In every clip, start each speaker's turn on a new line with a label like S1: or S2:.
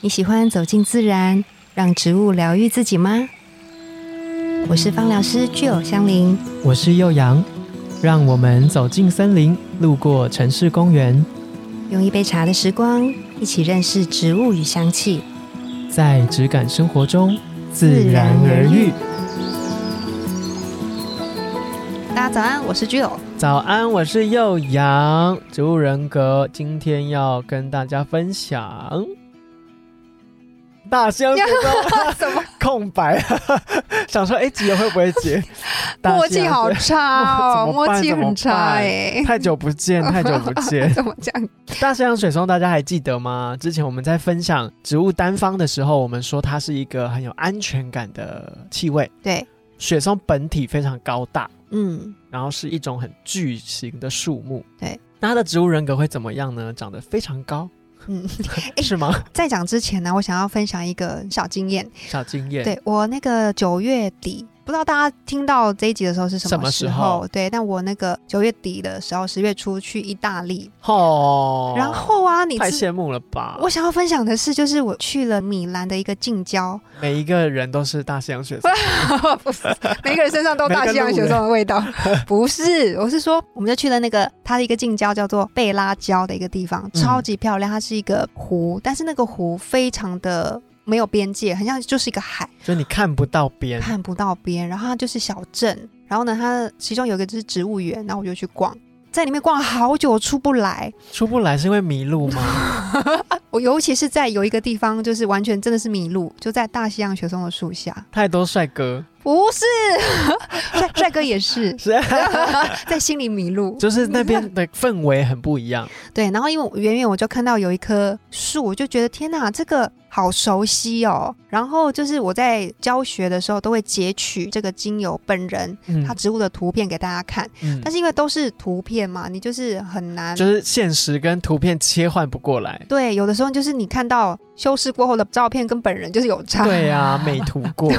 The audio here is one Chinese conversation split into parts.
S1: 你喜欢走进自然，让植物疗愈自己吗？我是芳疗师具有香林，
S2: 我是幼阳，让我们走进森林，路过城市公园，
S1: 用一杯茶的时光，一起认识植物与香气。
S2: 在质感生活中自然而愈。
S1: 大家早安，我是具有。
S2: 早安，我是幼阳，植物人格，今天要跟大家分享大象
S1: 什 么？
S2: 空 白，想说哎，结会不会 结？大
S1: 默契
S2: 象
S1: 好
S2: 对
S1: 差哦，
S2: 怎么办
S1: 默契很差哎、。
S2: 太久不见，太久不 见
S1: 怎么讲？
S2: 大西洋水松大家还记得吗？之前我们在分享植物单方的时候，我们说它是一个很有安全感的气味。
S1: 对，
S2: 雪松本体非常高大，
S1: 嗯，
S2: 然后是一种很巨型的树木。
S1: 对，
S2: 那它的植物人格会怎么样呢？长得非常高，
S1: 嗯
S2: 是吗？
S1: 在讲之前呢，我想要分享一个小经验。
S2: 小经验。，
S1: 对我那个九月底，不知道大家听到这一集的时候是什
S2: 什
S1: 么
S2: 么
S1: 时
S2: 时
S1: 候？
S2: 候
S1: 对，但我那个九月底的时候，十月初去意大利，
S2: 哦，
S1: 然后啊，你
S2: 太
S1: 知
S2: 羡慕了吧！
S1: 我想要分享的是，就是我去了米兰的一个近 郊，
S2: 每一个人都是大西洋雪松，
S1: 不是每个人身上都有大西洋雪松的味 道，不是，我是说，我们就去了那个它的一个近郊叫做贝拉礁的一个地方，
S2: 嗯
S1: 超级漂亮，它是一个湖，但是那个湖非常的没有边界，很像就是一个海。
S2: 就你看不到边。
S1: 看不到边，然后它就是小镇，然后呢，它其中有一个就是植物园，然后我就去逛，在里面逛了好久出不来，
S2: 出不来是因为迷路 吗？
S1: 我尤其是在有一个地方就是完全真的是迷路，就在大西洋雪松的树下，
S2: 太多帅哥，
S1: 不是 帅帅哥也是 啊
S2: 是
S1: 在心里迷路，
S2: 就是那边的氛围很不一样。
S1: 对，然后因为我远远我就看到有一棵树，我就觉得天哪，这个好熟悉哦。然后就是我在教学的时候都会截取这个精油本人
S2: 嗯
S1: 它植物的图片给大家看。
S2: 嗯
S1: 但是因为都是图片嘛，你就是很难。
S2: 就是现实跟图片切换不 过来。
S1: 对，有的时候就是你看到修饰过后的照片跟本人就是有差。
S2: 对啊呀、美图 过，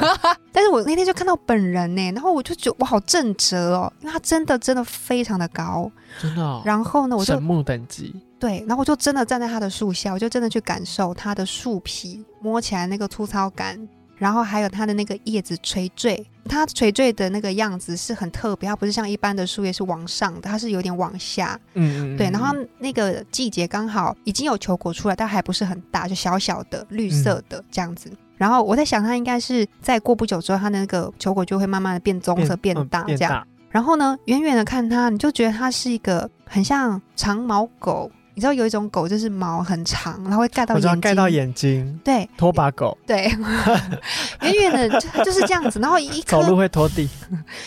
S1: 但是我那天就看到本人呢，然后我就觉得我好震折哦，因为他真的真的非常的高。
S2: 真的、哦。
S1: 然后呢，我就
S2: 神木等级，
S1: 对，然后我就真的站在他的树下，我就真的去感受它的树皮摸起来那个粗糙感，然后还有它的那个叶子垂坠，它垂坠的那个样子是很特别，它不是像一般的树叶是往上的，它是有点往下。
S2: 嗯嗯，
S1: 对，
S2: 嗯
S1: 然后那个季节刚好已经有球果出来，但还不是很大，就小小的
S2: 嗯
S1: 绿色的这样子。然后我在想，它应该是在过不久之后，它那个球果就会慢慢的变棕色、变
S2: 嗯
S1: 大这
S2: 变
S1: 样。
S2: 大，
S1: 然后呢，远远的看它，你就觉得它是一个很像长毛狗。你知道有一种狗就是毛很长，然后会盖到
S2: 我
S1: 眼
S2: 知道
S1: 睛。
S2: 盖到眼睛，
S1: 对
S2: 拖把狗
S1: 对，远远的就就是这样子，然后一
S2: 走路
S1: 棵
S2: 会拖地，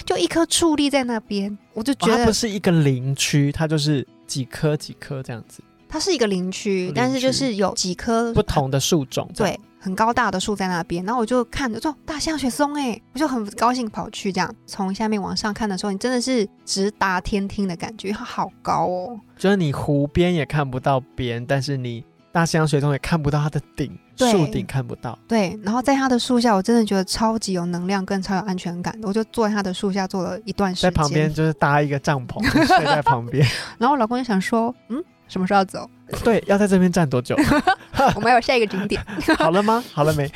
S1: 就一棵矗立在那边，我就
S2: 哦
S1: 觉
S2: 它
S1: 得
S2: 不是一个林区，它就是几棵几棵这样子，
S1: 它是一个林区，
S2: 林
S1: 但是就
S2: 区
S1: 是有几棵
S2: 不同的树种，这样，
S1: 对，很高大的树在那边，然后我就看着说大象雪松哎，我就很高兴跑去这样，从下面往上看的时候，你真的是直达天听的感觉，它好高哦。
S2: 就是你湖边也看不到边，但是你大西洋水中也看不到它的顶，
S1: 对
S2: 树顶看不到，
S1: 对，然后在它的树下，我真的觉得超级有能量，跟超有安全感的。我就坐在它的树下坐了一段时
S2: 在
S1: 间，
S2: 旁边就是搭一个帐篷，就睡在旁边，
S1: 然后我老公就想说，嗯，什么时候要走？
S2: 对，要在这边站多久？
S1: 我们还有下一个景点。
S2: 好了吗？好了没？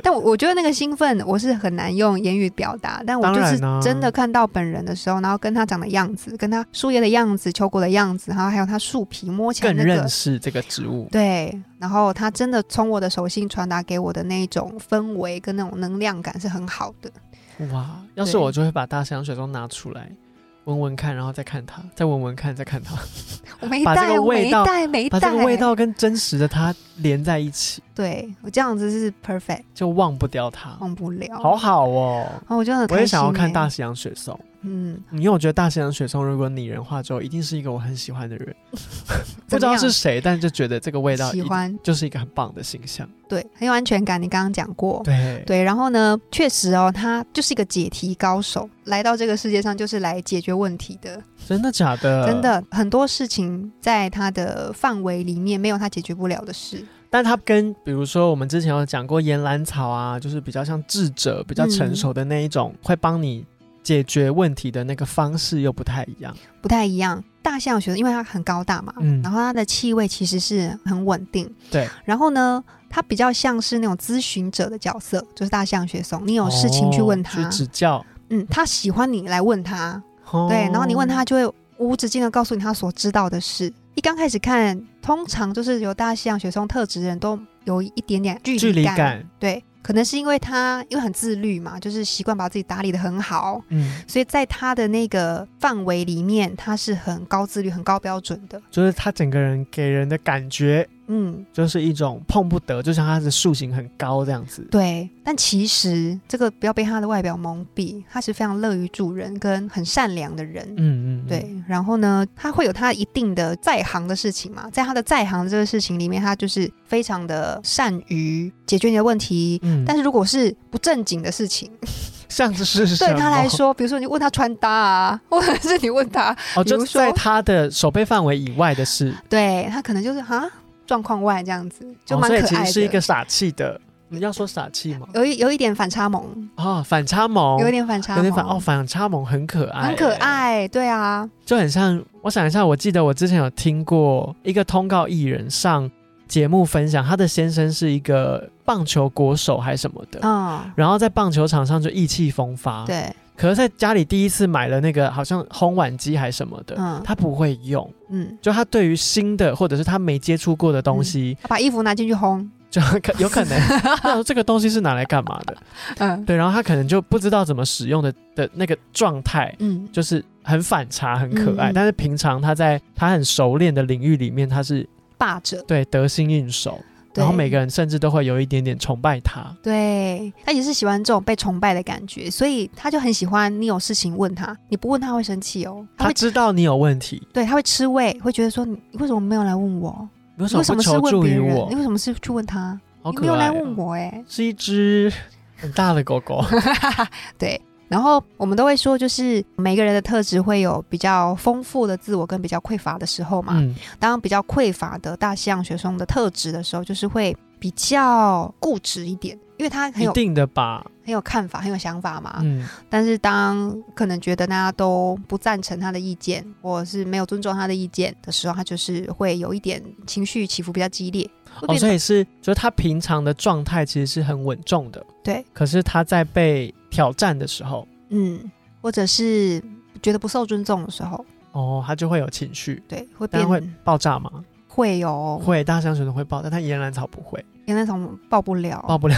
S1: 但我我觉得那个兴奋，我是很难用言语表达。但我
S2: 当
S1: 就
S2: 然
S1: 是
S2: 啊
S1: 真的看到本人的时候，然后跟他长的样子，跟他树叶的样子、球果的样子，然后还有他树皮摸起来
S2: 更
S1: 那
S2: 认
S1: 个。
S2: 识这个植物，
S1: 对，然后他真的从我的手心传达给我的那一种氛围跟那种能量感是很好的。
S2: 哇！要是
S1: 对
S2: 我就会把大西洋水中拿出来闻闻看，然后再看它，再闻闻看，再看 它，
S1: 我没
S2: 把这
S1: 带，
S2: 个
S1: 我
S2: 味
S1: 没
S2: 道
S1: 带，没
S2: 把这
S1: 带。
S2: 个味道跟真实的它连在一起，
S1: 对我这样子是 perfect，
S2: 就忘不掉它，
S1: 忘不了。
S2: 好好 哦。
S1: 哦，我就很开心、
S2: 我
S1: 欸。
S2: 也想要看大，西洋雪松，
S1: 嗯，
S2: 因为我觉得大西洋雪松如果拟人化之后，一定是一个我很喜欢的人，不
S1: 怎
S2: 知
S1: 么
S2: 道
S1: 样
S2: 是谁，但就觉得这个味道一
S1: 喜
S2: 定
S1: 欢，
S2: 就是一个很棒的形象。
S1: 对，很有安全感。你刚刚讲过，
S2: 哦对，
S1: 对，然后呢，确实哦，他就是一个解题高手，来到这个世界上就是来解决问题的。
S2: 真的假的？
S1: 真。的，很多事情在他的范围里面，没有他解决不了的事。
S2: 但它跟比如说我们之前有讲过岩兰草啊，就是比较像智者、比较成熟的那一种，会帮你解决问题的那个方式又不太一样。
S1: 不太一样。大象雪，因为它很高大嘛，
S2: 嗯
S1: 然后它的气味其实是很稳定。
S2: 对，
S1: 然后呢，它比较像是那种咨询者的角色，就是大象雪松，你有事情去问他，
S2: 哦去指教。
S1: 嗯，他喜欢你来问他，
S2: 哦
S1: 对，然后你问，他就会无止境的告诉你他所知道的事。一刚开始看，通常就是有大象雪松特质的人都有一点点距
S2: 距离
S1: 感，
S2: 感，
S1: 对，可能是因为他因为很自律嘛，就是习惯把自己打理的很好，
S2: 嗯，
S1: 所以在他的那个范围里面，他是很高自律、很高标准的。
S2: 就是他整个人给人的感觉
S1: 嗯，
S2: 就是一种碰不得，就像他的塑形很高这样子。
S1: 对。但其实这个不要被他的外表蒙蔽，他是非常乐于助人跟很善良的人。
S2: 嗯嗯，嗯，
S1: 对，然后呢，他会有他一定的在行的事情嘛，在他的在行的这个事情里面，他就是非常的善于解决你的问题。
S2: 嗯，
S1: 但是如果是不正经的事情，
S2: 像是
S1: 对
S2: 什
S1: 他来
S2: 么，
S1: 说，比如说你问他穿搭啊， 或者是你问他
S2: 哦，
S1: 比
S2: 就
S1: 如
S2: 是在
S1: 说
S2: 他的手背范围以外的事，
S1: 对他可能就是哈状况外这样子，就
S2: 哦
S1: 蛮可
S2: 所
S1: 爱的。
S2: 以其实是一个傻气的。你要说傻气吗？
S1: 有一有一点反差萌，
S2: 啊、反差萌，
S1: 有一点反差
S2: 有
S1: 萌，
S2: 点反哦，反差萌很可爱，
S1: 很可，爱，对啊，
S2: 就很像。我想一下，我记得我之前有听过一个通告艺人上节目分享，他的先生是一个棒球国手还是什么的，
S1: 嗯，
S2: 然后在棒球场上就意气风发，。
S1: 对，
S2: 可是在家里第一次买了那个好像烘碗机还是什么的，
S1: 嗯
S2: 他不会用，
S1: 嗯，
S2: 就他对于新的或者是他没接触过的东西，
S1: 他把衣服拿进去烘，
S2: 就可有可 能，那我这个东西是拿来干嘛的？
S1: 嗯
S2: 对，然后他可能就不知道怎么使用的的那个状态，
S1: 嗯，
S2: 就是很反差，很可爱。
S1: 嗯嗯
S2: 但是平常他在他很熟练的领域里面，他是
S1: 霸者，
S2: 对得心应手，
S1: 对
S2: 然后每个人甚至都会有一点点崇拜他。
S1: 对他也是喜欢这种被崇拜的感觉，所以他就很喜欢你有事情问他，你不问他会生气哦，他
S2: 他
S1: 会
S2: 知道你有问题，
S1: 对他会吃味，会觉得说你你为什么没有来问我，
S2: 你为
S1: 你为
S2: 什
S1: 什
S2: 么不
S1: 么是
S2: 求
S1: 问
S2: 助
S1: 别
S2: 于
S1: 人，
S2: 我
S1: 你？为什么是去问他，
S2: 好
S1: 你没
S2: 可
S1: 有来
S2: 爱哦、
S1: 问我哎、
S2: 是一只很大的 狗狗。
S1: 对，然后我们都会说，就是每个人的特质会有比较丰富的自我跟比较匮乏的时候嘛。
S2: 嗯，
S1: 当比较匮乏的大象学生的特质的时候，就是会比较固执一点，因为他很
S2: 一
S1: 有
S2: 定的吧。
S1: 很有看法，很有想法嘛。
S2: 嗯，
S1: 但是当可能觉得大家都不赞成他的意见，或者是没有尊重他的意见的时候，他就是会有一点情绪起伏比较激烈，会
S2: 哦，
S1: 变
S2: 所
S1: 得、
S2: 以是就是他平常的状态其实是很稳重的，
S1: 对，
S2: 可是他在被挑战的时候，
S1: 嗯，或者是觉得不受尊重的时候，
S2: 哦，他就会有情绪，
S1: 对，会
S2: 但
S1: 变
S2: 会爆炸吗？
S1: 会有
S2: 会，大象水龙会爆，但他岩兰草不会，
S1: 因为那种报不了，
S2: 爆 不了。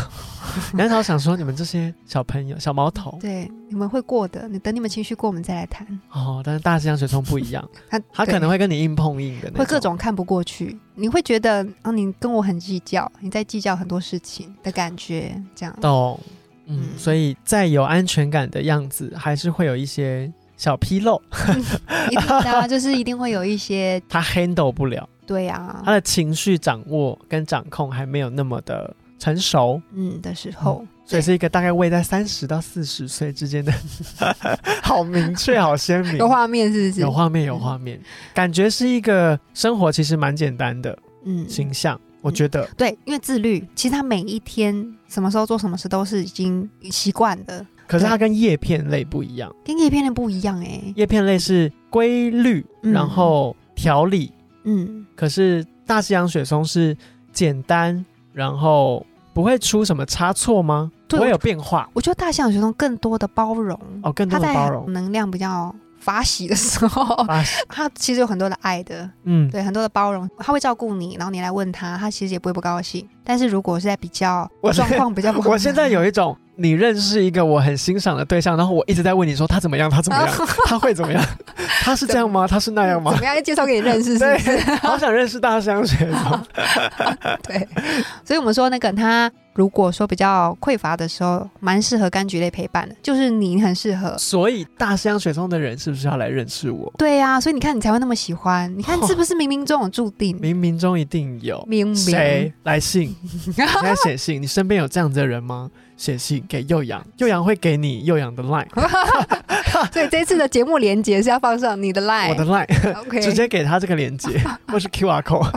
S2: 岩兰草想说，你们这些小朋友、小毛头
S1: 对，你们会过的。你等你们情绪过，我们再来谈。
S2: 哦，但是大象水冲不一样，
S1: 他
S2: 他
S1: 对
S2: 可能会跟你硬碰硬的那
S1: 会各种看不过去，你会觉得啊，你跟我很计较，你在计较很多事情的感觉，这样。
S2: 懂，嗯，
S1: 嗯
S2: 所以再有安全感的样子，还是会有一些小纰漏，
S1: 一定的啊、就是一定会有一些
S2: 他 handle 不了，
S1: 对啊
S2: 他，的情绪掌握跟掌控还没有那么的成熟。
S1: 嗯的时候，
S2: 所
S1: 对
S2: 以是一个大概位在三十到四十岁 之间的，好明确，好鲜明，
S1: 有画面嗯是不是？
S2: 有画面，有画面，感觉是一个生活其实蛮简单的
S1: 嗯，
S2: 形象。我觉得
S1: 对，因为自律，其实他每一天什么时候做什么事都是已经习惯的，
S2: 可是它跟叶片类不一样，
S1: 跟叶片的不一样哎、
S2: 叶片类是规律，
S1: 嗯
S2: 然后条理，
S1: 嗯，
S2: 可是大西洋雪松是简单，然后不会出什么差错吗？不
S1: 对
S2: 会
S1: 我
S2: 有变化
S1: 我觉得大象学生更多的包容，
S2: 哦，更
S1: 他
S2: 多的
S1: 在
S2: 包容。
S1: 能量比较发喜的时候，
S2: 啊，
S1: 他其实有很多的爱的，
S2: 嗯，
S1: 对，很多的包容，他会照顾你，然后你来问他，他其实也不会不高兴。但是如果是在比较
S2: 我
S1: 状况比较不好，
S2: 我现在有一种你认识一个我很欣赏的对象，然后我一直在问你说他怎么样，他怎么 样，他会怎么样，他是这样吗？他是那样吗
S1: 怎？么样介绍给你认识，是不是？
S2: 好想认识大香雪 松。
S1: 对，所以我们说那个他如果说比较匮乏的时候，蛮适合柑橘类陪伴的，就是你很适合。
S2: 所以大香雪松的人是不是要来认识我？
S1: 对呀、所以你看你才会那么喜欢，你看是不是冥冥中有注定？
S2: 冥冥中一定有
S1: 明明
S2: 谁来信？ 你现在写信，你身边有这样子的人吗？写信给幼阳，幼阳会给你幼阳的 line，
S1: 所以这次的节目连接是要放上你的 line，
S2: 我的 line，
S1: OK，
S2: 直接给他这个 链接，或是 QR code。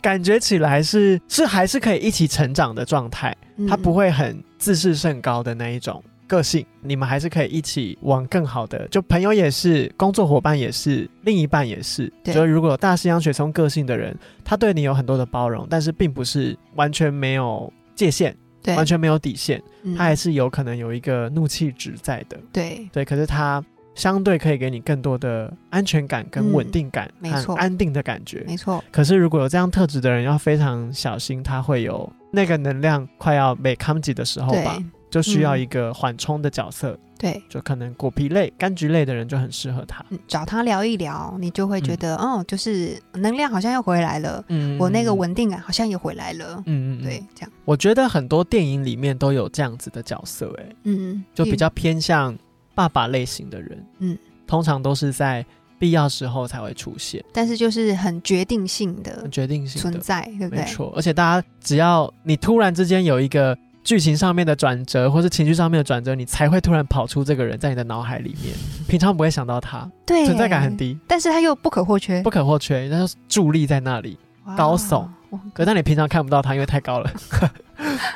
S2: 感觉起来是是还是可以一起成长的状态，
S1: 嗯
S2: 他不会很自视甚高的那一种。个性，你们还是可以一起往更好的，就朋友也是，工作伙伴也是，另一半也是。
S1: 对
S2: 就是如果有大西洋雪松个性的人，他对你有很多的包容，但是并不是完全没有界限，
S1: 对，
S2: 完全没有底线，
S1: 嗯
S2: 他还是有可能有一个怒气值在的。
S1: 对，
S2: 对，可是他相对可以给你更多的安全感、跟稳定感、
S1: 嗯没
S2: 和
S1: 错
S2: 安定的感觉。
S1: 没错，
S2: 可是如果有这样特质的人，要非常小心，他会有那个能量快要被康吉的时候吧
S1: 对，
S2: 就需要
S1: 嗯
S2: 一个缓冲的角色，
S1: 对。
S2: 就可能果皮类、柑橘类的人就很适合他。
S1: 嗯找他聊一聊，你就会觉
S2: 嗯
S1: 得，嗯就是能量好像又回来了，
S2: 嗯
S1: 我那个，稳定感好像也回来了。
S2: 嗯嗯，嗯，
S1: 对，这样，
S2: 我觉得很多电影里面都有这样子的角色、欸，哎，
S1: 嗯，
S2: 就比较偏向爸爸类型的人，
S1: 嗯，
S2: 通常都是在必要时候才会出现，
S1: 但是就是很决定性的
S2: 很决定性
S1: 呃存
S2: 的，
S1: 在，对不
S2: 没
S1: 对？
S2: 错，而且大家只要你突然之间有一个剧情上面的转折，或是情绪上面的转折，你才会突然跑出这个人在你的脑海里 面，平常不会想到他，
S1: 对，
S2: 存在感很，低，
S1: 但是他又不可或缺
S2: 不，可或缺，但是助力在那里。
S1: 哇
S2: 高耸，
S1: 哇
S2: 可但你平常看不到它，因为太高了。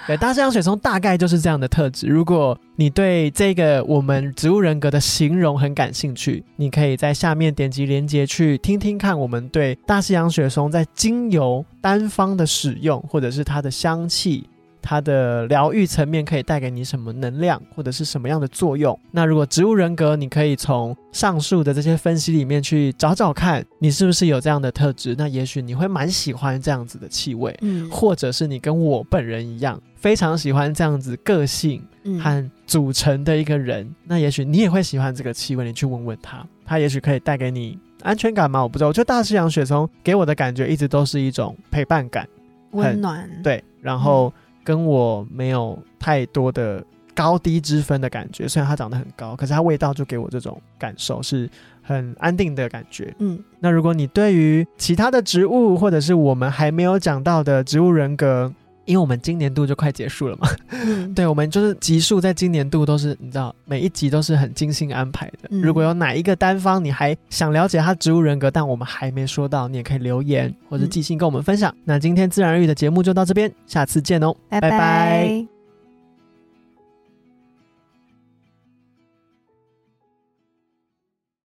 S2: 对，大西洋雪松大概就是这样的特质。如果你对这个我们植物人格的形容很感兴趣，你可以在下面点击链接去听听看我们对大西洋雪松在精油单方的使用，或者是它的香气。它的疗愈层面可以带给你什么能量，或者是什么样的作用？那如果植物人格，你可以从上述的这些分析里面去找找看，你是不是有这样的特质？那也许你会蛮喜欢这样子的气味，
S1: 嗯
S2: 或者是你跟我本人一样，非常喜欢这样子个性
S1: 嗯
S2: 和组成的一个人。那也许你也会喜欢这个气味，你去闻闻它，它也许可以带给你安全感吗？我不知道，我觉得大西洋雪松给我的感觉一直都是一种陪伴感。
S1: 温暖，，
S2: 对，然后跟我没有太多的高低之分的感觉。虽然它长得很高，可是它味道就给我这种感受，是很安定的感觉。
S1: 嗯，
S2: 那如果你对于其他的植物，或者是我们还没有讲到的植物人格，因为我们今年度就快结束了嘛，
S1: 嗯，
S2: 对，我们就是集数在今年度都是，你知道每一集都是很精心安排的。
S1: 嗯
S2: 如果有哪一个单方你还想了解他植物人格，但我们还没说到，你也可以留
S1: 嗯
S2: 言或者寄信跟我们分享。那今天自然而愈的节目就到这边，下次见哦，
S1: 拜拜